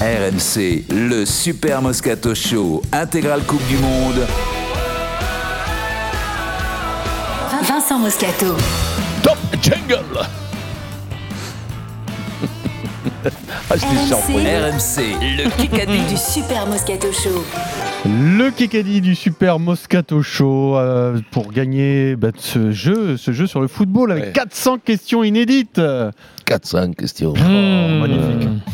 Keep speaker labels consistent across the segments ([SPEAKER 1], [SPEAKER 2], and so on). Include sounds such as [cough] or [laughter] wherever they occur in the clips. [SPEAKER 1] RMC, le Super Moscato Show, intégrale Coupe du Monde.
[SPEAKER 2] Vincent Moscato.
[SPEAKER 3] Top Jungle Ah, je l'ai
[SPEAKER 2] RMC.
[SPEAKER 3] surpris.
[SPEAKER 1] RMC, le Kikadi
[SPEAKER 2] Du Super Moscato Show.
[SPEAKER 4] Le Kikadi du Super Moscato Show euh, pour gagner bah, ce jeu, ce jeu sur le football avec
[SPEAKER 3] Ouais.
[SPEAKER 4] 400 questions inédites.
[SPEAKER 5] Hmm.
[SPEAKER 4] Oh,
[SPEAKER 3] 400 questions.
[SPEAKER 5] Hein
[SPEAKER 4] magnifique.
[SPEAKER 6] Ah,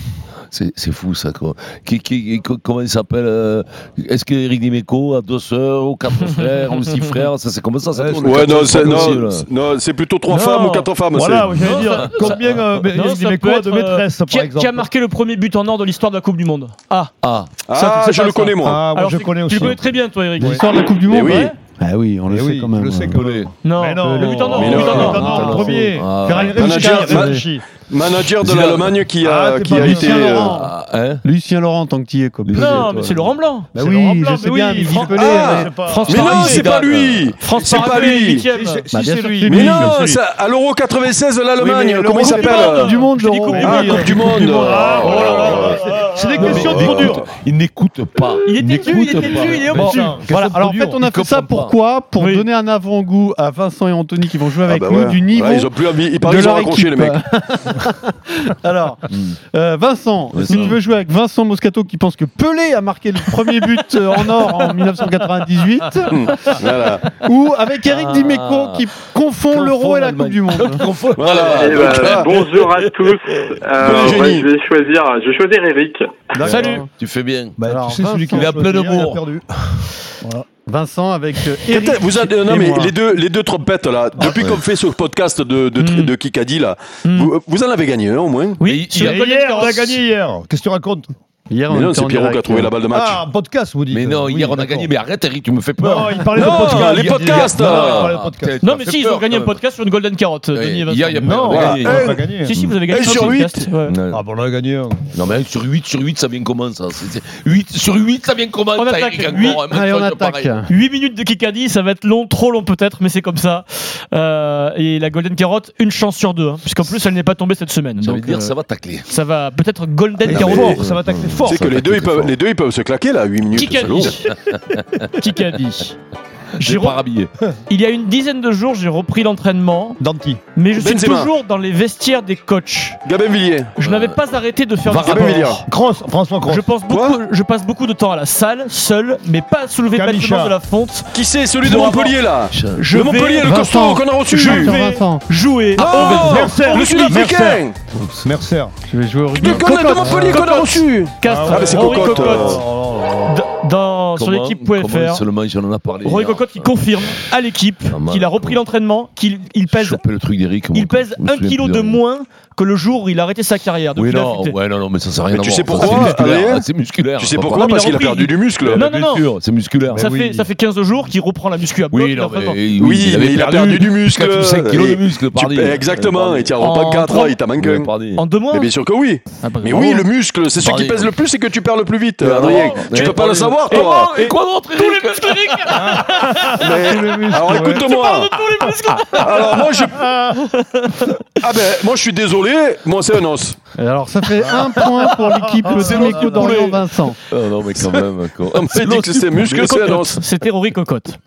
[SPEAKER 3] C'est c'est fou ça. Quoi. Qui, qui- co- comment il s'appelle euh, Est-ce que Eric Dimeco a deux sœurs ou quatre frères ou six frères Ça, C'est comme ça, ça
[SPEAKER 4] Ouais,
[SPEAKER 3] tourne.
[SPEAKER 6] Ouais,
[SPEAKER 3] Quatre
[SPEAKER 6] non,
[SPEAKER 3] autres
[SPEAKER 6] c'est,
[SPEAKER 3] aussi,
[SPEAKER 6] non,
[SPEAKER 3] là.
[SPEAKER 6] c'est- non, c'est plutôt trois
[SPEAKER 5] Non.
[SPEAKER 6] femmes ou quatre femmes.
[SPEAKER 4] Voilà,
[SPEAKER 6] c'est-
[SPEAKER 4] oui, j'allais
[SPEAKER 5] Non,
[SPEAKER 4] dire
[SPEAKER 5] ça-
[SPEAKER 4] combien euh, mais-
[SPEAKER 5] Non,
[SPEAKER 4] Eric
[SPEAKER 5] ça
[SPEAKER 4] Dimeco
[SPEAKER 5] peut
[SPEAKER 4] a
[SPEAKER 5] être,
[SPEAKER 4] de maîtresse,
[SPEAKER 5] euh,
[SPEAKER 4] par
[SPEAKER 5] qui, a,
[SPEAKER 4] exemple.
[SPEAKER 5] qui a marqué le premier but en or de l'histoire de la Coupe du Monde Ah,
[SPEAKER 3] Ah,
[SPEAKER 6] Ah,
[SPEAKER 5] c'est
[SPEAKER 6] je
[SPEAKER 5] ça,
[SPEAKER 6] le
[SPEAKER 5] ça.
[SPEAKER 6] connais, moi.
[SPEAKER 4] Ah, moi,
[SPEAKER 5] Alors,
[SPEAKER 4] je
[SPEAKER 5] tu-
[SPEAKER 4] connais
[SPEAKER 5] Tu
[SPEAKER 4] aussi.
[SPEAKER 5] le connais très bien, toi, Eric.
[SPEAKER 4] L'histoire de la Coupe du
[SPEAKER 6] Mais
[SPEAKER 4] Monde.
[SPEAKER 6] Eh oui.
[SPEAKER 4] ouais. Ah oui, on le
[SPEAKER 7] Eh
[SPEAKER 4] sait
[SPEAKER 7] oui,
[SPEAKER 4] quand même.
[SPEAKER 7] je le sais
[SPEAKER 4] hein.
[SPEAKER 7] quand même.
[SPEAKER 5] Non,
[SPEAKER 4] Mais non,
[SPEAKER 5] le but en or.
[SPEAKER 6] Mais
[SPEAKER 4] le
[SPEAKER 5] le
[SPEAKER 6] non.
[SPEAKER 4] but en
[SPEAKER 5] but en
[SPEAKER 4] or,
[SPEAKER 5] or.
[SPEAKER 4] le premier.
[SPEAKER 3] Ah,
[SPEAKER 4] Ferrari
[SPEAKER 6] Manager,
[SPEAKER 4] Rebuscade.
[SPEAKER 6] manager. Manager de
[SPEAKER 3] Zidane.
[SPEAKER 6] l'Allemagne qui
[SPEAKER 4] Ah,
[SPEAKER 6] a,
[SPEAKER 4] t'es
[SPEAKER 6] qui
[SPEAKER 4] pas
[SPEAKER 6] a été.
[SPEAKER 4] Lucien
[SPEAKER 6] euh,
[SPEAKER 4] Laurent.
[SPEAKER 3] ah, hein
[SPEAKER 4] Lucien Laurent, tant que t'y es, copié.
[SPEAKER 5] Non, mais c'est Laurent Blanc.
[SPEAKER 4] Bah
[SPEAKER 5] C'est
[SPEAKER 4] oui,
[SPEAKER 5] Laurent Blanc,
[SPEAKER 4] je sais bien, mais
[SPEAKER 5] Fran-
[SPEAKER 4] Nicolas,
[SPEAKER 6] Ah,
[SPEAKER 4] mais-
[SPEAKER 5] c'est pas-
[SPEAKER 4] France
[SPEAKER 6] Mais
[SPEAKER 4] Paris,
[SPEAKER 6] non, c'est
[SPEAKER 4] Zidane.
[SPEAKER 6] pas lui
[SPEAKER 5] France
[SPEAKER 6] C'est pas lui.
[SPEAKER 5] huitième.
[SPEAKER 4] Bah, bien sûr que c'est
[SPEAKER 6] Mais
[SPEAKER 4] lui.
[SPEAKER 6] non, ça- à l'Euro 96 de
[SPEAKER 4] Oui, mais
[SPEAKER 6] l'Allemagne,
[SPEAKER 4] le
[SPEAKER 6] comment il
[SPEAKER 4] Coupe du
[SPEAKER 6] s'appelle
[SPEAKER 4] Monde,
[SPEAKER 6] euh,
[SPEAKER 4] Du monde,
[SPEAKER 5] Je dis
[SPEAKER 4] Laurent.
[SPEAKER 5] Coupe du
[SPEAKER 4] Ah,
[SPEAKER 6] Ah, Coupe du Monde
[SPEAKER 4] Ah, oh là là là.
[SPEAKER 5] Ah,
[SPEAKER 4] C'est des
[SPEAKER 3] Non, mais
[SPEAKER 4] questions
[SPEAKER 3] il
[SPEAKER 4] trop
[SPEAKER 3] écoute-
[SPEAKER 4] dures.
[SPEAKER 3] Il n'écoute pas.
[SPEAKER 5] Il était
[SPEAKER 3] n'écoute
[SPEAKER 5] dû, il était
[SPEAKER 3] pas.
[SPEAKER 5] dû, il est
[SPEAKER 3] Bon,
[SPEAKER 5] obtus.
[SPEAKER 4] Voilà, alors en fait, on a
[SPEAKER 3] Il
[SPEAKER 4] fait
[SPEAKER 3] comprend
[SPEAKER 4] ça
[SPEAKER 3] pas.
[SPEAKER 4] pourquoi Pour
[SPEAKER 5] Oui.
[SPEAKER 4] donner un avant-goût à Vincent et Anthony qui vont jouer avec
[SPEAKER 6] Ah, bah
[SPEAKER 4] nous
[SPEAKER 6] ouais.
[SPEAKER 4] du niveau.
[SPEAKER 6] Ouais, Ils ont plus envie, ils
[SPEAKER 4] de
[SPEAKER 6] parlent, ils ont
[SPEAKER 4] leur
[SPEAKER 6] raccroché les
[SPEAKER 4] équipe.
[SPEAKER 6] mecs.
[SPEAKER 4] Alors,
[SPEAKER 7] Hmm.
[SPEAKER 4] euh, Vincent, si
[SPEAKER 3] Vincent.
[SPEAKER 4] tu veux jouer avec Vincent Moscato qui pense que Pelé a marqué le premier but euh, en or en 1998,
[SPEAKER 6] Voilà.
[SPEAKER 4] ou avec Eric
[SPEAKER 3] Ah.
[SPEAKER 4] Dimeco qui confond
[SPEAKER 3] Confond
[SPEAKER 4] l'euro et la
[SPEAKER 3] l'Allemagne.
[SPEAKER 4] Coupe du
[SPEAKER 7] [laughs]
[SPEAKER 4] Monde.
[SPEAKER 6] Voilà.
[SPEAKER 8] Eh ben,
[SPEAKER 6] Donc là,
[SPEAKER 8] bonjour
[SPEAKER 6] [laughs]
[SPEAKER 8] à tous. Euh,
[SPEAKER 6] Bon
[SPEAKER 8] ouais,
[SPEAKER 6] génie.
[SPEAKER 8] je vais choisir, je vais choisir Eric.
[SPEAKER 5] Salut.
[SPEAKER 3] Tu fais bien.
[SPEAKER 7] Bah,
[SPEAKER 4] Alors,
[SPEAKER 7] tu sais, celui qui
[SPEAKER 4] Vincent,
[SPEAKER 7] l'a
[SPEAKER 3] plein de
[SPEAKER 7] choisi, il a
[SPEAKER 3] mots.
[SPEAKER 7] perdu.
[SPEAKER 4] Vincent avec euh, Eric.
[SPEAKER 6] Attends, vous avez- non
[SPEAKER 4] et
[SPEAKER 6] mais
[SPEAKER 4] moi.
[SPEAKER 6] les deux, les deux trompettes là, depuis qu'on fait ce podcast de, de,
[SPEAKER 5] Mm.
[SPEAKER 6] de Kikadi là,
[SPEAKER 5] Mm.
[SPEAKER 6] vous, vous en avez gagné un au moins
[SPEAKER 5] Oui,
[SPEAKER 3] Il
[SPEAKER 5] tu
[SPEAKER 3] a-
[SPEAKER 5] le
[SPEAKER 7] Et
[SPEAKER 5] connais,
[SPEAKER 7] hier, on a
[SPEAKER 5] Carlos.
[SPEAKER 7] gagné hier. Qu'est-ce que tu racontes
[SPEAKER 4] Hier, on
[SPEAKER 6] Mais non,
[SPEAKER 4] était
[SPEAKER 6] c'est
[SPEAKER 4] en
[SPEAKER 6] Pierrot qui a
[SPEAKER 4] direct,
[SPEAKER 6] trouvé
[SPEAKER 4] euh,
[SPEAKER 6] la balle de match.
[SPEAKER 7] Ah, un podcast, vous dites.
[SPEAKER 3] Mais non,
[SPEAKER 7] Oui,
[SPEAKER 3] hier on a
[SPEAKER 7] d'accord.
[SPEAKER 3] gagné. Mais arrête, Eric, tu me fais
[SPEAKER 7] Non,
[SPEAKER 3] peur.
[SPEAKER 7] il parlait
[SPEAKER 6] Non,
[SPEAKER 7] de podcast.
[SPEAKER 6] les
[SPEAKER 7] Il y a-
[SPEAKER 6] podcasts,
[SPEAKER 7] Non, non,
[SPEAKER 6] euh.
[SPEAKER 7] il parlait de podcast.
[SPEAKER 3] Ça
[SPEAKER 5] Non, mais
[SPEAKER 3] fait
[SPEAKER 5] si, ils
[SPEAKER 3] peur,
[SPEAKER 5] ont gagné
[SPEAKER 3] quand
[SPEAKER 5] un
[SPEAKER 3] même.
[SPEAKER 5] podcast sur une Golden Carotte, Denis et
[SPEAKER 3] Ouais,
[SPEAKER 5] Vincent.
[SPEAKER 3] Hier, il y a
[SPEAKER 7] Non,
[SPEAKER 3] on a gagné.
[SPEAKER 7] on a pas gagné.
[SPEAKER 5] Si, si, vous avez gagné
[SPEAKER 6] Un
[SPEAKER 5] un
[SPEAKER 6] sur
[SPEAKER 5] podcast, ouais.
[SPEAKER 3] Non.
[SPEAKER 7] Ah, bon, on a gagné.
[SPEAKER 4] hein.
[SPEAKER 7] un.
[SPEAKER 3] Non, mais sur 8, sur 8, ça vient comment ça C'est- c'est- 8, Sur 8, ça vient comment
[SPEAKER 5] On
[SPEAKER 3] ça,
[SPEAKER 5] attaque,
[SPEAKER 3] Eric,
[SPEAKER 5] huit.
[SPEAKER 3] encore un
[SPEAKER 4] Allez, on
[SPEAKER 3] mensonge
[SPEAKER 4] attaque.
[SPEAKER 3] pareil.
[SPEAKER 5] 8 minutes de Kikadi, ça va être long, trop long peut-être, mais c'est comme ça. Euh, et la Golden Carotte, une chance sur deux, hein, puisqu'en plus elle n'est pas tombée cette semaine.
[SPEAKER 3] Ça veut
[SPEAKER 5] donc,
[SPEAKER 3] dire
[SPEAKER 5] euh,
[SPEAKER 3] ça va tacler.
[SPEAKER 5] ça va peut-être Golden
[SPEAKER 7] Mais
[SPEAKER 5] Carotte.
[SPEAKER 7] fort, ça va tacler fort.
[SPEAKER 6] C'est que
[SPEAKER 3] ça
[SPEAKER 6] les
[SPEAKER 3] va
[SPEAKER 6] deux, ils
[SPEAKER 3] être
[SPEAKER 6] peuvent,
[SPEAKER 3] fort.
[SPEAKER 6] les deux ils peuvent se claquer là, 8 minutes. c'est lourd. [laughs]
[SPEAKER 5] Kikadi. Kikadi.
[SPEAKER 3] J'ai
[SPEAKER 5] Jérôme-
[SPEAKER 3] pas rhabillé.
[SPEAKER 5] Il y a une dizaine de jours, j'ai repris l'entraînement,
[SPEAKER 7] Danti.
[SPEAKER 5] mais je suis
[SPEAKER 6] Benzema.
[SPEAKER 5] toujours dans les vestiaires des coachs.
[SPEAKER 6] Gabin Villiers.
[SPEAKER 5] Je n'avais pas arrêté de faire
[SPEAKER 3] Va
[SPEAKER 5] du sport.
[SPEAKER 6] Rabelais.
[SPEAKER 7] Grosse, François Grosse.
[SPEAKER 5] Je, pense
[SPEAKER 6] Quoi
[SPEAKER 5] beaucoup, je passe beaucoup de temps à la salle, seul, mais pas à soulever
[SPEAKER 7] Camicha.
[SPEAKER 5] bêtement de la fonte.
[SPEAKER 6] Qui c'est celui de
[SPEAKER 5] Bon,
[SPEAKER 6] Montpellier là
[SPEAKER 5] Je
[SPEAKER 6] Le
[SPEAKER 5] vais
[SPEAKER 6] Montpellier, le
[SPEAKER 4] Vincent.
[SPEAKER 6] costaud qu'on a reçu.
[SPEAKER 5] Je
[SPEAKER 4] Vincent,
[SPEAKER 5] vais-
[SPEAKER 4] Vincent,
[SPEAKER 5] jouer Ah,
[SPEAKER 6] Oh,
[SPEAKER 7] Mercer,
[SPEAKER 6] le
[SPEAKER 7] Mercer.
[SPEAKER 6] Sud-Africain
[SPEAKER 7] Mercer.
[SPEAKER 4] je vais jouer au rugby.
[SPEAKER 6] Le connard de
[SPEAKER 5] Cocotte.
[SPEAKER 6] Montpellier qu'on a
[SPEAKER 5] Cocotte.
[SPEAKER 6] reçu
[SPEAKER 5] Castres,
[SPEAKER 6] Ah, mais c'est
[SPEAKER 5] Rory
[SPEAKER 6] Cocotte, euh.
[SPEAKER 5] Cocotte,
[SPEAKER 7] Oh,
[SPEAKER 5] d- dans, sur
[SPEAKER 3] Comment- comment
[SPEAKER 5] l'équipe.fr.
[SPEAKER 3] Seulement, j'en en ai parlé.
[SPEAKER 5] Rory
[SPEAKER 3] hier.
[SPEAKER 5] Cocotte qui confirme à l'équipe
[SPEAKER 3] hein. Ah, mal.
[SPEAKER 5] qu'il a repris l'entraînement, qu'il il pèse,
[SPEAKER 3] Choper le truc d'Eric. moi,
[SPEAKER 5] il pèse
[SPEAKER 3] je me
[SPEAKER 5] 1
[SPEAKER 3] souviens
[SPEAKER 5] kg
[SPEAKER 3] plus
[SPEAKER 5] de
[SPEAKER 3] rien.
[SPEAKER 5] moins que le jour où il a arrêté sa carrière. depuis
[SPEAKER 3] Oui,
[SPEAKER 5] la
[SPEAKER 3] non,
[SPEAKER 5] fuite.
[SPEAKER 3] ouais, non, non, mais ça sert à rien.
[SPEAKER 6] Mais tu
[SPEAKER 3] à
[SPEAKER 6] sais
[SPEAKER 3] voir.
[SPEAKER 6] pourquoi,
[SPEAKER 3] Ça, C'est musculaire.
[SPEAKER 6] Adrien
[SPEAKER 3] Ah, C'est musculaire.
[SPEAKER 6] Tu sais
[SPEAKER 3] Papa.
[SPEAKER 6] pourquoi
[SPEAKER 5] mais
[SPEAKER 6] Parce
[SPEAKER 5] il a
[SPEAKER 6] qu'il a
[SPEAKER 5] repris.
[SPEAKER 6] perdu du muscle.
[SPEAKER 5] Non, non,
[SPEAKER 3] Bien
[SPEAKER 5] non.
[SPEAKER 3] sûr, C'est musculaire.
[SPEAKER 5] Ça,
[SPEAKER 7] Mais
[SPEAKER 5] fait,
[SPEAKER 7] oui.
[SPEAKER 5] ça fait 15 jours qu'il reprend la muscu à bloc.
[SPEAKER 3] Oui,
[SPEAKER 5] il a
[SPEAKER 3] non, mais,
[SPEAKER 5] vraiment-
[SPEAKER 6] Oui,
[SPEAKER 3] avait
[SPEAKER 6] mais il a perdu du muscle.
[SPEAKER 3] 4 ou 5 kilos de
[SPEAKER 6] Et-
[SPEAKER 3] muscle,
[SPEAKER 6] Tu-
[SPEAKER 3] pardi.
[SPEAKER 6] Eh, Exactement, et tiens, on
[SPEAKER 5] En
[SPEAKER 6] pas 4,
[SPEAKER 5] trois-
[SPEAKER 6] il t'a manqué
[SPEAKER 3] Il
[SPEAKER 6] un.
[SPEAKER 3] a pardi.
[SPEAKER 5] En deux mois
[SPEAKER 6] Mais bien sûr que oui. Mais oui, le muscle, c'est ce qui
[SPEAKER 3] Pardi.
[SPEAKER 6] pèse le plus, c'est que tu perds le plus vite,
[SPEAKER 3] Mais
[SPEAKER 6] Adrien.
[SPEAKER 3] non, mais
[SPEAKER 6] Tu peux pas
[SPEAKER 3] Pardi.
[SPEAKER 6] le savoir,
[SPEAKER 3] Et
[SPEAKER 6] toi.
[SPEAKER 3] Et quoi d'autre
[SPEAKER 5] Oh, Tous les muscles,
[SPEAKER 3] [laughs]
[SPEAKER 5] Eric
[SPEAKER 6] Mais- Alors écoute-moi.
[SPEAKER 5] Tous les muscles
[SPEAKER 6] Alors moi, je. Ah ben, moi, je suis désolé. Moi, c'est un os.
[SPEAKER 4] Alors, ça fait un point pour l'équipe
[SPEAKER 7] Ah, c'est
[SPEAKER 4] Dimeco
[SPEAKER 7] l'autre poulet.
[SPEAKER 4] d'Orient, Vincent.
[SPEAKER 3] Ah non, mais quand même. quoi.
[SPEAKER 6] [laughs] On s'est dit que c'est muscle, c'est un os.
[SPEAKER 5] C'était Rory
[SPEAKER 3] [laughs]
[SPEAKER 5] Cocotte.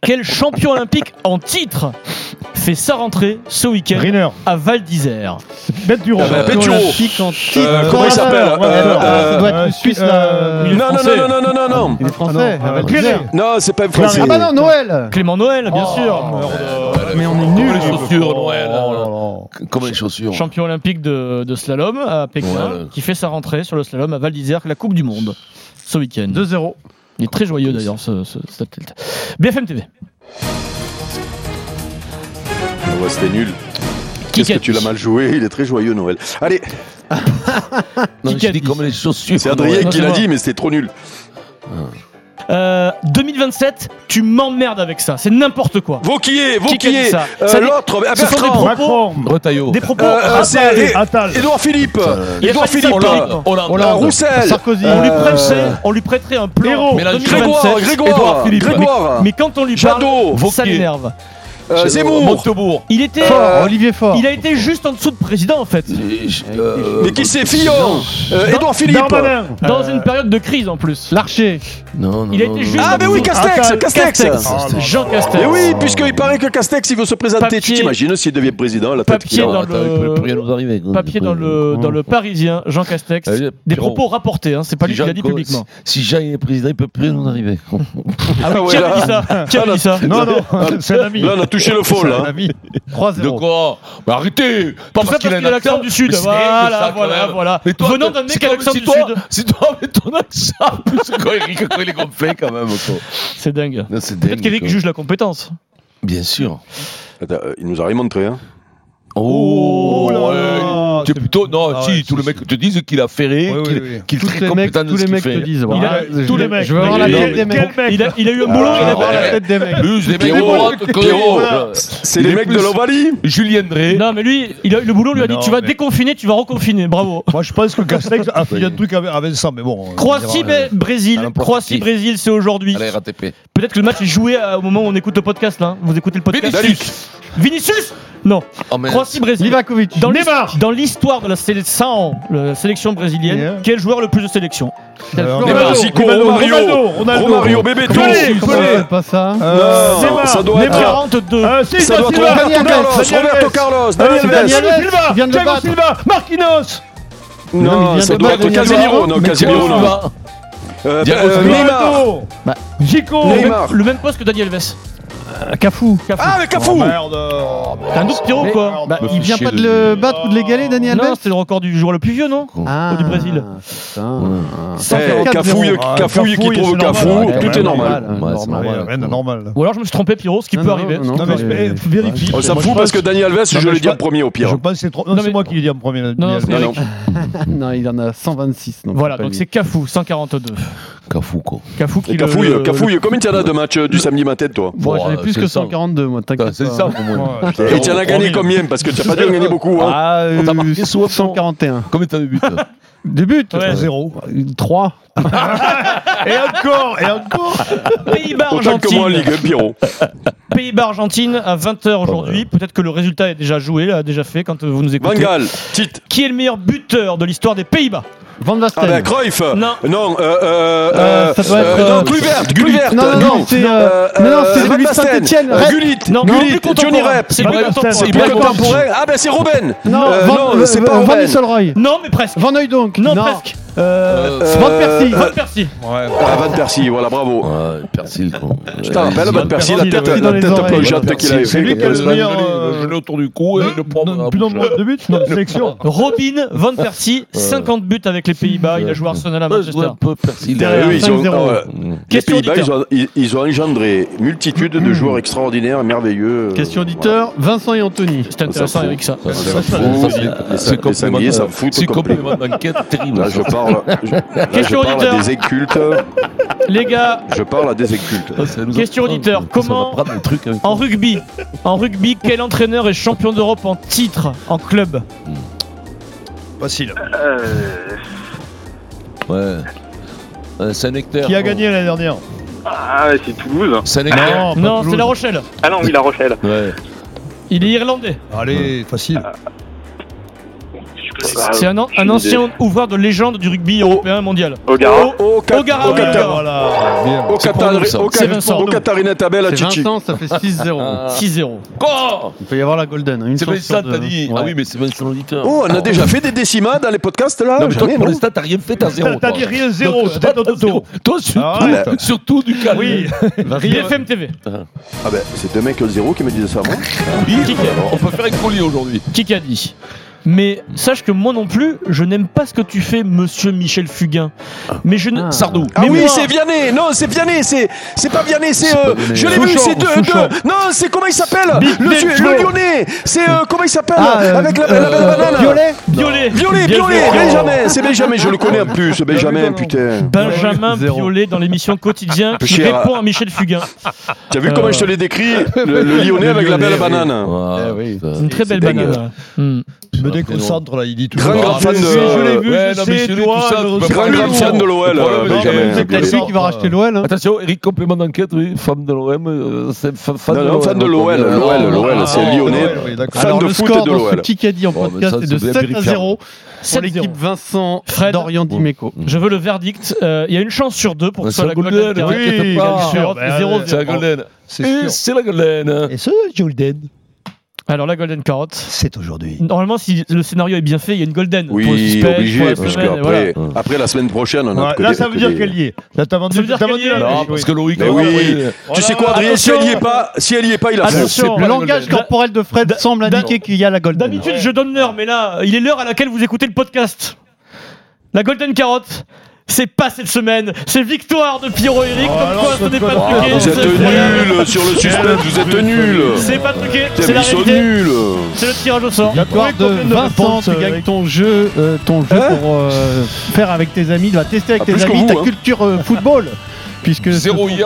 [SPEAKER 5] Quel champion olympique en titre fait sa rentrée ce week-end
[SPEAKER 7] Riner.
[SPEAKER 5] à Val d'Isère
[SPEAKER 7] Bête du
[SPEAKER 6] Ah bah, Pétureau.
[SPEAKER 4] Olympique en titre.
[SPEAKER 6] Euh, comment il s'appelle
[SPEAKER 4] Ouais,
[SPEAKER 6] Euh,
[SPEAKER 4] Ça doit être
[SPEAKER 7] euh,
[SPEAKER 4] le Suisse, là.
[SPEAKER 7] euh,
[SPEAKER 5] Il est
[SPEAKER 6] Non, non,
[SPEAKER 5] français.
[SPEAKER 6] non, non, non, non, non.
[SPEAKER 4] Il est français. bah,
[SPEAKER 7] Ah non,
[SPEAKER 4] Val
[SPEAKER 7] euh,
[SPEAKER 4] d'Isère.
[SPEAKER 7] Pierre.
[SPEAKER 6] Non, c'est pas français.
[SPEAKER 4] Ah bah non, Noël
[SPEAKER 5] Clément Noël, bien sûr.
[SPEAKER 4] Mais on est nuls.
[SPEAKER 3] les chaussures, Noël.
[SPEAKER 7] Oh là là.
[SPEAKER 3] Comment les chaussures
[SPEAKER 5] euh, Champion olympique de, de slalom à Pékin,
[SPEAKER 3] Ouais, là.
[SPEAKER 5] qui fait sa rentrée sur le slalom à Val d'Isère, la Coupe du Monde, ce week-end.
[SPEAKER 4] 2-0.
[SPEAKER 5] Il est très joyeux d'ailleurs, ce, ce- cet athlète. BFM TV.
[SPEAKER 6] Ouais, c'était nul. Qu'est-ce que
[SPEAKER 5] Kikadi.
[SPEAKER 6] tu l'as mal joué Il est très joyeux, Noël. Allez,
[SPEAKER 3] Non, j'ai
[SPEAKER 5] Kikadi.
[SPEAKER 3] dit comme les chaussures.
[SPEAKER 6] c'est Adrien
[SPEAKER 5] non,
[SPEAKER 6] qui
[SPEAKER 5] c'est
[SPEAKER 6] l'a
[SPEAKER 5] moi.
[SPEAKER 6] dit, mais c'était trop nul.
[SPEAKER 5] Euh, 2027, tu m'emmerdes avec ça. C'est n'importe quoi.
[SPEAKER 6] Vauquier,
[SPEAKER 5] Qui a dit
[SPEAKER 6] Vauquier.
[SPEAKER 5] ça
[SPEAKER 6] Euh,
[SPEAKER 5] Ça dit-
[SPEAKER 6] L'autre, ah,
[SPEAKER 5] Ce sont des Ah,
[SPEAKER 6] Bertrand.
[SPEAKER 5] propos.
[SPEAKER 7] Macron.
[SPEAKER 3] Retaillot.
[SPEAKER 5] Des propos.
[SPEAKER 6] Euh, euh, c'est-
[SPEAKER 5] racistes.
[SPEAKER 4] ah,
[SPEAKER 7] Attal.
[SPEAKER 6] Édouard Philippe.
[SPEAKER 5] Il a
[SPEAKER 6] Édouard
[SPEAKER 5] pas dit ça,
[SPEAKER 6] Philippe.
[SPEAKER 5] Hollande.
[SPEAKER 3] Hollande.
[SPEAKER 6] Euh,
[SPEAKER 3] Hollande.
[SPEAKER 6] Roussel.
[SPEAKER 4] Sarkozy.
[SPEAKER 5] On lui,
[SPEAKER 6] Euh,
[SPEAKER 5] prêterait, on lui prêterait un plan.
[SPEAKER 7] Hérault.
[SPEAKER 5] Mais-
[SPEAKER 3] Mélenchon.
[SPEAKER 5] 2027,
[SPEAKER 6] Grégoire, Grégoire,
[SPEAKER 5] Édouard Philippe.
[SPEAKER 6] Grégoire.
[SPEAKER 5] Mais quand on lui parle,
[SPEAKER 6] Jadot,
[SPEAKER 5] ça
[SPEAKER 3] Vauquier.
[SPEAKER 5] l'énerve.
[SPEAKER 6] Euh, Zemmour
[SPEAKER 3] Montebourg.
[SPEAKER 5] Il était. euh,
[SPEAKER 4] Fort, Olivier Fort.
[SPEAKER 5] Il a été juste en dessous de président en fait,
[SPEAKER 3] Euh,
[SPEAKER 6] Mais qui c'est Fillon euh, Edouard Philippe
[SPEAKER 7] Darmanin.
[SPEAKER 5] dans une période de crise en plus.
[SPEAKER 4] L'archer.
[SPEAKER 3] Non, non,
[SPEAKER 5] Il a
[SPEAKER 3] non,
[SPEAKER 5] été
[SPEAKER 3] non,
[SPEAKER 5] juste-
[SPEAKER 6] Ah, mais oui, Castex
[SPEAKER 5] Attal,
[SPEAKER 6] Castex
[SPEAKER 5] Jean Castex.
[SPEAKER 6] Mais Eh oui, puisqu'il paraît que Castex, il veut se présenter. Tu
[SPEAKER 5] Papier-
[SPEAKER 6] t'imagines s'il devient président, la tête qu'il
[SPEAKER 5] papier
[SPEAKER 6] a.
[SPEAKER 5] dans
[SPEAKER 3] Attends, il
[SPEAKER 5] le-
[SPEAKER 3] peut plus rien nous arriver. quoi.
[SPEAKER 5] Papier dans le, dans le Parisien, Jean Castex.
[SPEAKER 3] Euh,
[SPEAKER 5] Des
[SPEAKER 3] Pierrot.
[SPEAKER 5] propos rapportés, hein, c'est pas lui
[SPEAKER 3] Si
[SPEAKER 5] qui l'a
[SPEAKER 3] Jean-
[SPEAKER 5] dit publiquement.
[SPEAKER 3] Si Jean est président, il peut plus rien nous arriver.
[SPEAKER 6] Ah ouais,
[SPEAKER 5] Qui a
[SPEAKER 6] là.
[SPEAKER 5] dit ça
[SPEAKER 3] [laughs] Ah
[SPEAKER 5] Qui a dit ça
[SPEAKER 7] Non, non, c'est un ami.
[SPEAKER 6] Là, on a touché le hein. faux, là.
[SPEAKER 7] 3-0.
[SPEAKER 3] quoi Mais arrêtez Pas
[SPEAKER 5] Tout ça parce qu'il a l'accent du Sud.
[SPEAKER 3] mais c'est dingue, ça,
[SPEAKER 5] Voilà,
[SPEAKER 3] quand
[SPEAKER 5] voilà,
[SPEAKER 3] même.
[SPEAKER 5] voilà.
[SPEAKER 3] Mais toi,
[SPEAKER 5] Venant d'un
[SPEAKER 3] c'est
[SPEAKER 5] mec qui a
[SPEAKER 3] comme
[SPEAKER 5] l'accent
[SPEAKER 3] si
[SPEAKER 5] du
[SPEAKER 3] toi-
[SPEAKER 5] Sud.
[SPEAKER 3] Si toi, mais ton accent, plus quand Eric, quand il est gonflé, quand même. quoi.
[SPEAKER 5] C'est dingue.
[SPEAKER 3] Non, c'est
[SPEAKER 5] Peut-être
[SPEAKER 3] dingue,
[SPEAKER 5] qu'Eric
[SPEAKER 3] quoi.
[SPEAKER 5] juge la compétence.
[SPEAKER 3] Bien sûr.
[SPEAKER 6] Attends, euh, il nous a rien montré. Hein.
[SPEAKER 3] Oh,
[SPEAKER 7] Oh là
[SPEAKER 3] ouais.
[SPEAKER 7] là.
[SPEAKER 3] Tu es plutôt. Non,
[SPEAKER 7] Ah
[SPEAKER 3] si,
[SPEAKER 7] ouais,
[SPEAKER 3] tous les
[SPEAKER 7] si,
[SPEAKER 3] mecs
[SPEAKER 7] si.
[SPEAKER 3] te disent qu'il a ferré,
[SPEAKER 7] Oui, oui,
[SPEAKER 3] qu'il
[SPEAKER 7] oui.
[SPEAKER 3] qu'il est
[SPEAKER 4] Tous
[SPEAKER 3] très
[SPEAKER 4] les mecs,
[SPEAKER 3] compétent de
[SPEAKER 4] tous
[SPEAKER 3] ce
[SPEAKER 4] les
[SPEAKER 3] qu'il
[SPEAKER 4] mecs te
[SPEAKER 3] fait.
[SPEAKER 4] disent.
[SPEAKER 5] Il a-
[SPEAKER 4] voilà.
[SPEAKER 7] tous
[SPEAKER 4] Je-
[SPEAKER 7] les mecs.
[SPEAKER 4] Je veux voir
[SPEAKER 7] Mais
[SPEAKER 4] la
[SPEAKER 7] quel
[SPEAKER 4] tête des mecs.
[SPEAKER 7] mec
[SPEAKER 5] Il a, il a eu un boulot.
[SPEAKER 6] Ah,
[SPEAKER 5] il a-
[SPEAKER 4] voir la
[SPEAKER 3] Ouais.
[SPEAKER 4] tête des mecs.
[SPEAKER 3] Plus des mecs
[SPEAKER 6] Pierrot,
[SPEAKER 3] de droite,
[SPEAKER 6] Pierrot.
[SPEAKER 3] Pierrot.
[SPEAKER 6] C'est
[SPEAKER 3] Il
[SPEAKER 6] les
[SPEAKER 3] est
[SPEAKER 6] mecs
[SPEAKER 3] plus-
[SPEAKER 6] de l'Ovalie
[SPEAKER 3] Julien Drey.
[SPEAKER 5] Non, mais lui, il a, le boulot lui a
[SPEAKER 7] Mais
[SPEAKER 5] dit
[SPEAKER 7] non,
[SPEAKER 5] Tu vas
[SPEAKER 7] mais-
[SPEAKER 5] déconfiner, tu vas reconfiner. Bravo.
[SPEAKER 7] Moi, je pense que Castex a fait un truc avec- avec ça, mais bon. on euh,
[SPEAKER 5] Croatie,
[SPEAKER 7] verra.
[SPEAKER 5] Bé- Brésil.
[SPEAKER 3] Alain Prost,
[SPEAKER 5] Croatie,
[SPEAKER 3] si.
[SPEAKER 5] Brésil, c'est aujourd'hui.
[SPEAKER 3] À la RATP.
[SPEAKER 5] Peut-être que le match est joué à- au moment où on écoute le podcast. Là. hein. Vous écoutez le podcast
[SPEAKER 3] Vinicius.
[SPEAKER 5] Vinicius Non.
[SPEAKER 3] Oh, mais-
[SPEAKER 5] Croatie, Brésil.
[SPEAKER 4] Livakovic.
[SPEAKER 5] Dans l'his- dans l'histoire de la sélection, la sélection brésilienne,
[SPEAKER 7] Yeah.
[SPEAKER 5] quel joueur le plus de sélection
[SPEAKER 7] Alors,
[SPEAKER 6] Eh ben,
[SPEAKER 7] Ronaldo,
[SPEAKER 6] Zico,
[SPEAKER 7] Ronaldo,
[SPEAKER 6] Romario,
[SPEAKER 7] Ronaldo, Ronaldo.
[SPEAKER 6] Romario, Bébé,
[SPEAKER 4] Comment
[SPEAKER 7] Pelé,
[SPEAKER 4] on-
[SPEAKER 6] tout.
[SPEAKER 4] comment on
[SPEAKER 7] Pelé.
[SPEAKER 4] fait pas ça
[SPEAKER 7] Euh,
[SPEAKER 6] Non,
[SPEAKER 7] Neymar,
[SPEAKER 6] ça doit
[SPEAKER 7] Neymar.
[SPEAKER 6] être.
[SPEAKER 5] 42.
[SPEAKER 7] Euh, si,
[SPEAKER 6] Ça doit être
[SPEAKER 7] Silva,
[SPEAKER 6] Roberto
[SPEAKER 7] Silva,
[SPEAKER 6] Carlos,
[SPEAKER 7] Daniel
[SPEAKER 6] Roberto
[SPEAKER 7] Alves.
[SPEAKER 6] Carlos,
[SPEAKER 7] Euh,
[SPEAKER 6] Daniel Alves.
[SPEAKER 7] Daniel Alves,
[SPEAKER 4] Il vient de le
[SPEAKER 7] Thiago
[SPEAKER 4] battre.
[SPEAKER 7] Silva, Marquinhos,
[SPEAKER 4] Non, mais
[SPEAKER 6] Non,
[SPEAKER 4] il vient
[SPEAKER 6] ça
[SPEAKER 4] de
[SPEAKER 6] doit
[SPEAKER 4] battre
[SPEAKER 6] être
[SPEAKER 4] Daniel
[SPEAKER 6] Casemiro.
[SPEAKER 4] Alves.
[SPEAKER 6] Non,
[SPEAKER 4] Mais
[SPEAKER 6] Casemiro, non.
[SPEAKER 3] Silva.
[SPEAKER 6] Euh,
[SPEAKER 3] Diego
[SPEAKER 6] euh, Neymar.
[SPEAKER 7] Ronaldo,
[SPEAKER 5] Bah,
[SPEAKER 7] Gico,
[SPEAKER 5] Le même-
[SPEAKER 6] Neymar.
[SPEAKER 5] Le même poste que Daniel Vess.
[SPEAKER 4] Cafou.
[SPEAKER 5] Cafu.
[SPEAKER 6] Ah, mais Cafou
[SPEAKER 7] Oh, Merde.
[SPEAKER 5] T'as un doute, Pierrot,
[SPEAKER 4] Mais-
[SPEAKER 5] quoi
[SPEAKER 4] Bah,
[SPEAKER 3] me fait
[SPEAKER 4] il vient
[SPEAKER 3] chier
[SPEAKER 4] pas de
[SPEAKER 3] de
[SPEAKER 4] le
[SPEAKER 3] lui.
[SPEAKER 4] battre ou de l'égaler, Daniel
[SPEAKER 5] Non,
[SPEAKER 4] Alves
[SPEAKER 5] c'est le record du joueur le plus vieux, non
[SPEAKER 4] Ah,
[SPEAKER 5] du
[SPEAKER 3] Oh,
[SPEAKER 5] Brésil.
[SPEAKER 4] putain.
[SPEAKER 6] Eh,
[SPEAKER 4] 144-0.
[SPEAKER 6] Cafouille,
[SPEAKER 7] Ah,
[SPEAKER 6] Cafouille qui
[SPEAKER 7] Cafouille,
[SPEAKER 6] trouve
[SPEAKER 7] c'est normal.
[SPEAKER 6] Cafou,
[SPEAKER 7] Ouais,
[SPEAKER 6] tout
[SPEAKER 7] ouais,
[SPEAKER 6] est normal.
[SPEAKER 3] Ouais, c'est
[SPEAKER 7] Ouais,
[SPEAKER 3] normal.
[SPEAKER 7] rien de normal.
[SPEAKER 5] Ou alors je me suis trompé, Pierrot, ce qui
[SPEAKER 4] Non,
[SPEAKER 5] peut
[SPEAKER 4] non,
[SPEAKER 5] arriver.
[SPEAKER 4] non,
[SPEAKER 7] Non, mais je- eh, vérifie.
[SPEAKER 6] On s'en
[SPEAKER 7] Moi, je
[SPEAKER 6] fout parce que
[SPEAKER 7] pense-
[SPEAKER 6] Daniel Alves,
[SPEAKER 7] Non,
[SPEAKER 6] je
[SPEAKER 7] mais
[SPEAKER 6] l'ai
[SPEAKER 7] je
[SPEAKER 6] dit en
[SPEAKER 7] pense-
[SPEAKER 6] premier au
[SPEAKER 7] Je
[SPEAKER 6] pire.
[SPEAKER 7] pense que c'est trop. Non,
[SPEAKER 5] mais-
[SPEAKER 7] c'est moi qui l'ai dit en premier. Daniel
[SPEAKER 5] Non, non, c'est
[SPEAKER 6] Non,
[SPEAKER 7] Alves.
[SPEAKER 6] non.
[SPEAKER 4] Non, il en a 126. Donc
[SPEAKER 5] Voilà,
[SPEAKER 4] c'est pas
[SPEAKER 5] donc
[SPEAKER 4] lui.
[SPEAKER 5] c'est Cafou, 142.
[SPEAKER 3] Cafou, quoi.
[SPEAKER 5] Cafou qui
[SPEAKER 6] Et
[SPEAKER 5] le- le-
[SPEAKER 6] Cafouille, Cafouille, combien t'en as de matchs euh, du samedi matin, toi
[SPEAKER 4] Bon, j'en ai
[SPEAKER 3] Bon,
[SPEAKER 4] plus
[SPEAKER 3] c'est
[SPEAKER 4] que
[SPEAKER 3] ça.
[SPEAKER 4] 142, moi,
[SPEAKER 3] Putain,
[SPEAKER 4] t'inquiète.
[SPEAKER 3] C'est
[SPEAKER 4] pas.
[SPEAKER 5] euh.
[SPEAKER 3] ça, pour moi.
[SPEAKER 7] Ouais.
[SPEAKER 6] Et tu en as gagné combien Parce que tu n'as pas dû en gagner beaucoup. hein.
[SPEAKER 4] Ah, euh,
[SPEAKER 3] On t'a marqué soixante.
[SPEAKER 4] 141.
[SPEAKER 3] Combien t'as de buts toi
[SPEAKER 4] Deux buts
[SPEAKER 5] Ouais.
[SPEAKER 7] Zéro.
[SPEAKER 4] 3.
[SPEAKER 7] Et encore, et encore.
[SPEAKER 5] Pays-Bas,
[SPEAKER 6] Autant que moi en Ligue
[SPEAKER 5] Ah, Argentine.
[SPEAKER 6] 1, Pierrot.
[SPEAKER 5] Pays-Bas, Argentine à 20h aujourd'hui. Peut-être que le résultat est déjà joué, là, déjà fait quand euh, vous nous
[SPEAKER 6] Van
[SPEAKER 5] écoutez.
[SPEAKER 6] Gaal, Tite,
[SPEAKER 5] Qui est le meilleur buteur de l'histoire des Pays-Bas
[SPEAKER 4] Van
[SPEAKER 6] ah ben,
[SPEAKER 4] Basten.
[SPEAKER 6] Cruyff.
[SPEAKER 5] Non.
[SPEAKER 6] Non, euh, euh,
[SPEAKER 4] Euh,
[SPEAKER 6] euh,
[SPEAKER 4] ça doit être,
[SPEAKER 6] euh,
[SPEAKER 4] euh,
[SPEAKER 6] non, Kluivert, Kluivert.
[SPEAKER 4] Non, non, non, c'est, euh, mais non, c'est celui de Saint-Étienne, Rep.
[SPEAKER 6] Euh, Gullit,
[SPEAKER 5] Non, plus
[SPEAKER 6] Gullit, Johnny
[SPEAKER 5] contemporain.
[SPEAKER 6] Rep.
[SPEAKER 5] C'est plus
[SPEAKER 7] Van
[SPEAKER 5] contemporain.
[SPEAKER 7] Basten,
[SPEAKER 6] C'est
[SPEAKER 7] Black
[SPEAKER 6] pas contemporain. Ah ben c'est Robben.
[SPEAKER 4] Non,
[SPEAKER 6] Euh,
[SPEAKER 4] Van,
[SPEAKER 6] non, c'est pas
[SPEAKER 4] Van
[SPEAKER 6] Robben.
[SPEAKER 4] Nistelrooy.
[SPEAKER 5] Non, mais presque.
[SPEAKER 4] Van Hooy donc.
[SPEAKER 5] Non, presque.
[SPEAKER 4] Euh,
[SPEAKER 6] Euh,
[SPEAKER 4] Van Persie.
[SPEAKER 6] euh,
[SPEAKER 5] Van Persie.
[SPEAKER 6] Ah, Van Persie, voilà, bravo.
[SPEAKER 3] Ouais, Persil, quoi.
[SPEAKER 6] Je t'en rappelle, Van Persie, la tête
[SPEAKER 4] Persil dans les
[SPEAKER 6] la tête
[SPEAKER 4] oreilles.
[SPEAKER 6] plongeante qu'il avait
[SPEAKER 7] C'est
[SPEAKER 6] fait.
[SPEAKER 7] lui qui a le meilleur.
[SPEAKER 3] Le
[SPEAKER 7] euh,
[SPEAKER 3] genou autour du cou et le poing dans la
[SPEAKER 7] non, Plus
[SPEAKER 3] bouche.
[SPEAKER 7] nombre de buts,
[SPEAKER 5] [laughs]
[SPEAKER 7] non, de sélection.
[SPEAKER 5] Robin Van Persie, 50 buts avec les Pays-Bas. Il a joué Arsenal à
[SPEAKER 3] Ouais, je vois
[SPEAKER 5] Manchester.
[SPEAKER 3] un peu Persil.
[SPEAKER 6] Eux, ils ont-
[SPEAKER 4] 5-0.
[SPEAKER 6] ah ouais. Les
[SPEAKER 5] Question
[SPEAKER 6] Pays-Bas, ils
[SPEAKER 5] auditeur.
[SPEAKER 6] ont, ils, ils ont engendré multitude de joueurs extraordinaires, merveilleux. euh,
[SPEAKER 4] Question auditeur, Vincent et Anthony.
[SPEAKER 5] C'est intéressant, Eric, ça.
[SPEAKER 3] Ça, c'est
[SPEAKER 6] Ça,
[SPEAKER 3] la
[SPEAKER 6] ça,
[SPEAKER 3] fou,
[SPEAKER 6] ça,
[SPEAKER 3] c'est-
[SPEAKER 6] les- les
[SPEAKER 3] c'est
[SPEAKER 6] sangliers,
[SPEAKER 3] complètement-
[SPEAKER 6] ça me fout
[SPEAKER 3] C'est
[SPEAKER 6] complet.
[SPEAKER 3] complètement d'enquête terrible.
[SPEAKER 6] Là, je parle, je, là, je
[SPEAKER 5] Question
[SPEAKER 6] parle à
[SPEAKER 5] auditeur.
[SPEAKER 6] des écultes.
[SPEAKER 5] Les gars,
[SPEAKER 6] Je parle à des écultes.
[SPEAKER 5] Question auditeur, comment- en rugby, en rugby, quel entraîneur est champion d'Europe en titre, en club
[SPEAKER 7] Facile.
[SPEAKER 8] Euh,
[SPEAKER 3] Ouais. Euh, Saint-Nectaire.
[SPEAKER 7] Qui a gagné l'année dernière
[SPEAKER 8] ah, c'est Toulouse.
[SPEAKER 3] Saint-Nectaire.
[SPEAKER 7] Oh, pas
[SPEAKER 5] Non, c'est
[SPEAKER 7] Toulouse.
[SPEAKER 5] La Rochelle.
[SPEAKER 8] Ah non, oui, La Rochelle.
[SPEAKER 3] Ouais.
[SPEAKER 5] Il est irlandais.
[SPEAKER 7] Allez, facile.
[SPEAKER 8] Ah,
[SPEAKER 5] C'est un, an- un ancien ouvreur de légende du rugby européen mondial.
[SPEAKER 8] Ogara.
[SPEAKER 6] Au Ca-
[SPEAKER 5] Ogara,
[SPEAKER 6] au Qatar.
[SPEAKER 7] voilà. Bien.
[SPEAKER 6] Au Qatar-
[SPEAKER 3] nous, ça.
[SPEAKER 6] au
[SPEAKER 5] C'est
[SPEAKER 6] Qatar-
[SPEAKER 5] Vincent.
[SPEAKER 6] au Qatarinette
[SPEAKER 3] Ah,
[SPEAKER 6] Abel à
[SPEAKER 4] C'est
[SPEAKER 6] Chichi.
[SPEAKER 4] Vincent, ça fait 6-0.
[SPEAKER 5] 6-0.
[SPEAKER 3] Quoi
[SPEAKER 4] Il peut y avoir la golden. hein, Une
[SPEAKER 3] Ah. C'est
[SPEAKER 4] chance
[SPEAKER 3] Vincent,
[SPEAKER 4] sur
[SPEAKER 3] t'as
[SPEAKER 4] deux.
[SPEAKER 3] dit.
[SPEAKER 4] Ouais.
[SPEAKER 3] Ah oui, mais c'est Vincent l'auditeur.
[SPEAKER 6] Oh, on a déjà fait des décimas dans les podcasts là
[SPEAKER 3] Non, mais toi,
[SPEAKER 6] Jamais,
[SPEAKER 3] pour
[SPEAKER 6] non
[SPEAKER 3] l'instant, t'as rien fait, t'as zéro.
[SPEAKER 7] T'as- T'as
[SPEAKER 3] toi.
[SPEAKER 7] dit rien Ah zéro,
[SPEAKER 3] Donc,
[SPEAKER 7] c'était
[SPEAKER 4] [laughs]
[SPEAKER 3] toi,
[SPEAKER 7] ton
[SPEAKER 3] t'as zéro.
[SPEAKER 7] auto.
[SPEAKER 3] Toi, surtout,
[SPEAKER 7] Arrête.
[SPEAKER 3] surtout du calme.
[SPEAKER 7] Oui.
[SPEAKER 5] BFM TV.
[SPEAKER 6] Ah ben, c'est deux mecs au zéro qui me disaient ça, moi.
[SPEAKER 5] Qui,
[SPEAKER 3] On peut faire une folie aujourd'hui.
[SPEAKER 5] qui a dit mais sache que moi non plus, je n'aime pas ce que tu fais, monsieur Michel Fugain. Mais je ne.
[SPEAKER 4] Ah.
[SPEAKER 5] Sardou.
[SPEAKER 6] Ah
[SPEAKER 5] Mais
[SPEAKER 6] oui,
[SPEAKER 5] moi-
[SPEAKER 6] c'est Vianney Non, c'est Vianney, c'est c'est pas Vianney, c'est... euh, je l'ai vu,
[SPEAKER 7] Souchon,
[SPEAKER 6] c'est deux,
[SPEAKER 7] Souchon.
[SPEAKER 6] deux- Non, c'est comment il s'appelle
[SPEAKER 7] Big
[SPEAKER 6] le, Su-
[SPEAKER 7] Big
[SPEAKER 6] le
[SPEAKER 7] Flo.
[SPEAKER 6] Lyonnais C'est euh, comment il s'appelle
[SPEAKER 4] Ah, euh,
[SPEAKER 6] Avec la,
[SPEAKER 4] euh,
[SPEAKER 6] la belle banane
[SPEAKER 4] Violet
[SPEAKER 5] Violet.
[SPEAKER 6] Violet,
[SPEAKER 5] Bien
[SPEAKER 6] Violet,
[SPEAKER 5] joué.
[SPEAKER 6] Benjamin, Eh, c'est Benjamin, je le connais en plus, Benjamin, putain.
[SPEAKER 5] Benjamin
[SPEAKER 4] Zéro.
[SPEAKER 5] Biolay dans l'émission quotidien qui
[SPEAKER 6] Cher.
[SPEAKER 5] répond à Michel Fugain.
[SPEAKER 6] T'as vu comment je te l'ai décrit Le, le Lyonnais avec la belle banane.
[SPEAKER 3] Ah,
[SPEAKER 4] oui.
[SPEAKER 3] putain. Ah,
[SPEAKER 5] C'est une très
[SPEAKER 6] C'est
[SPEAKER 5] belle
[SPEAKER 6] dingue.
[SPEAKER 5] banane. Hmm.
[SPEAKER 7] Me déconcentre là, il dit toujours.
[SPEAKER 6] Grand, grand fan
[SPEAKER 4] Ah, je-
[SPEAKER 6] de.
[SPEAKER 4] je l'ai vu,
[SPEAKER 3] ouais,
[SPEAKER 4] je
[SPEAKER 3] non,
[SPEAKER 4] sais,
[SPEAKER 3] mais chez lui,
[SPEAKER 4] toi,
[SPEAKER 3] tout ça,
[SPEAKER 4] je
[SPEAKER 3] tu peux
[SPEAKER 4] sais.
[SPEAKER 3] pas
[SPEAKER 6] Grand,
[SPEAKER 3] le
[SPEAKER 6] grand
[SPEAKER 3] dire.
[SPEAKER 6] fan de l'OL.
[SPEAKER 3] Le problème, c'est
[SPEAKER 6] euh, jamais,
[SPEAKER 3] que-
[SPEAKER 6] euh,
[SPEAKER 4] C'est
[SPEAKER 3] c'est
[SPEAKER 4] peut-être
[SPEAKER 6] Galtier.
[SPEAKER 4] lui qui va racheter l'OL. hein.
[SPEAKER 3] Attention, Eric, complément d'enquête, oui, femme de l'OM, euh, c'est fa- fan
[SPEAKER 6] Non,
[SPEAKER 3] de
[SPEAKER 6] non,
[SPEAKER 3] l'OM.
[SPEAKER 6] fan de l'OL,
[SPEAKER 3] Ah,
[SPEAKER 6] l'OL,
[SPEAKER 3] non,
[SPEAKER 6] l'OL,
[SPEAKER 3] non,
[SPEAKER 6] c'est
[SPEAKER 3] non,
[SPEAKER 6] lyonnais.
[SPEAKER 3] non, ouais, ouais, d'accord.
[SPEAKER 6] Fan
[SPEAKER 4] Alors,
[SPEAKER 6] de
[SPEAKER 4] le
[SPEAKER 6] foot
[SPEAKER 4] score
[SPEAKER 6] et de
[SPEAKER 4] dans ce
[SPEAKER 6] l'OL.
[SPEAKER 4] Kikadi en
[SPEAKER 3] Bon, mais
[SPEAKER 4] podcast
[SPEAKER 3] ça,
[SPEAKER 4] est de
[SPEAKER 3] c'est
[SPEAKER 4] 7 à
[SPEAKER 3] Pierre.
[SPEAKER 4] 0 pour
[SPEAKER 5] 7-0.
[SPEAKER 4] l'équipe Vincent
[SPEAKER 5] Fred.
[SPEAKER 4] Dorian Dimeco.
[SPEAKER 5] Je veux le verdict. Euh, Il y a une chance sur deux pour que ce
[SPEAKER 3] C'est
[SPEAKER 5] soit
[SPEAKER 3] un
[SPEAKER 5] la
[SPEAKER 3] golden,
[SPEAKER 5] Golden Carotte.
[SPEAKER 3] oui, t'inquiète pas.
[SPEAKER 5] Golden Carotte,
[SPEAKER 7] Bien sûr, Bah,
[SPEAKER 5] 0-0.
[SPEAKER 3] C'est la golden. Et
[SPEAKER 7] C'est sûr.
[SPEAKER 3] c'est la golden.
[SPEAKER 7] Et ce Golden,
[SPEAKER 5] Alors la Golden Carotte.
[SPEAKER 7] c'est aujourd'hui.
[SPEAKER 5] Normalement, si le scénario est bien fait, il y a une Golden. pour le
[SPEAKER 6] Oui,
[SPEAKER 5] suspense, pour
[SPEAKER 6] obligé,
[SPEAKER 5] la
[SPEAKER 6] puisque
[SPEAKER 5] semaine, et
[SPEAKER 6] après,
[SPEAKER 3] voilà.
[SPEAKER 6] après la semaine prochaine, on a que
[SPEAKER 7] là,
[SPEAKER 6] des-
[SPEAKER 7] ça veut
[SPEAKER 6] que
[SPEAKER 7] dire
[SPEAKER 6] des-
[SPEAKER 7] qu'elle y est. Là, t'as vendu
[SPEAKER 5] Ça veut dire
[SPEAKER 7] t'as
[SPEAKER 5] qu'elle
[SPEAKER 7] vendu
[SPEAKER 5] y est,
[SPEAKER 7] la
[SPEAKER 5] mais-
[SPEAKER 3] Non,
[SPEAKER 7] logique,
[SPEAKER 3] parce
[SPEAKER 7] oui.
[SPEAKER 3] que Loïc,
[SPEAKER 6] Mais
[SPEAKER 3] on
[SPEAKER 6] oui.
[SPEAKER 3] va-
[SPEAKER 6] Tu sais quoi, Adrien, si elle y est pas, si elle y est pas, il a
[SPEAKER 5] Attention.
[SPEAKER 6] faussé.
[SPEAKER 5] pas
[SPEAKER 4] Le
[SPEAKER 5] la
[SPEAKER 4] langage
[SPEAKER 5] Golden.
[SPEAKER 4] corporel de Fred
[SPEAKER 5] Da-
[SPEAKER 4] semble
[SPEAKER 5] da-
[SPEAKER 4] indiquer qu'il y a la Golden.
[SPEAKER 5] D'habitude, je donne l'heure, mais là, il est l'heure à laquelle vous écoutez le podcast. La Golden Carotte, c'est pas cette semaine, c'est victoire de Pierrot Eric,
[SPEAKER 7] Oh,
[SPEAKER 5] comme
[SPEAKER 7] alors,
[SPEAKER 5] quoi
[SPEAKER 7] ce
[SPEAKER 5] ce n'est pas
[SPEAKER 7] podcast-
[SPEAKER 6] Ah,
[SPEAKER 5] truqué.
[SPEAKER 6] vous
[SPEAKER 5] c'est
[SPEAKER 6] êtes
[SPEAKER 5] incroyable.
[SPEAKER 6] nuls sur le suspense, vous êtes nuls.
[SPEAKER 5] C'est pas truqué,
[SPEAKER 6] Tiens,
[SPEAKER 5] c'est la
[SPEAKER 6] Ils sont
[SPEAKER 5] réalité,
[SPEAKER 6] nuls.
[SPEAKER 5] c'est le tirage au sort.
[SPEAKER 4] Victoire de
[SPEAKER 7] combien de
[SPEAKER 4] Vincent,
[SPEAKER 7] réponses,
[SPEAKER 4] tu
[SPEAKER 7] euh,
[SPEAKER 4] gagnes
[SPEAKER 7] avec-
[SPEAKER 4] ton jeu, euh, ton jeu
[SPEAKER 6] Hein
[SPEAKER 4] pour euh, faire avec tes amis, tu vas tester avec
[SPEAKER 6] Ah,
[SPEAKER 4] tes
[SPEAKER 6] plus que
[SPEAKER 4] amis
[SPEAKER 6] vous,
[SPEAKER 4] ta
[SPEAKER 6] hein.
[SPEAKER 4] culture euh, football. Puisque
[SPEAKER 3] Zéro
[SPEAKER 4] ce-
[SPEAKER 3] hier,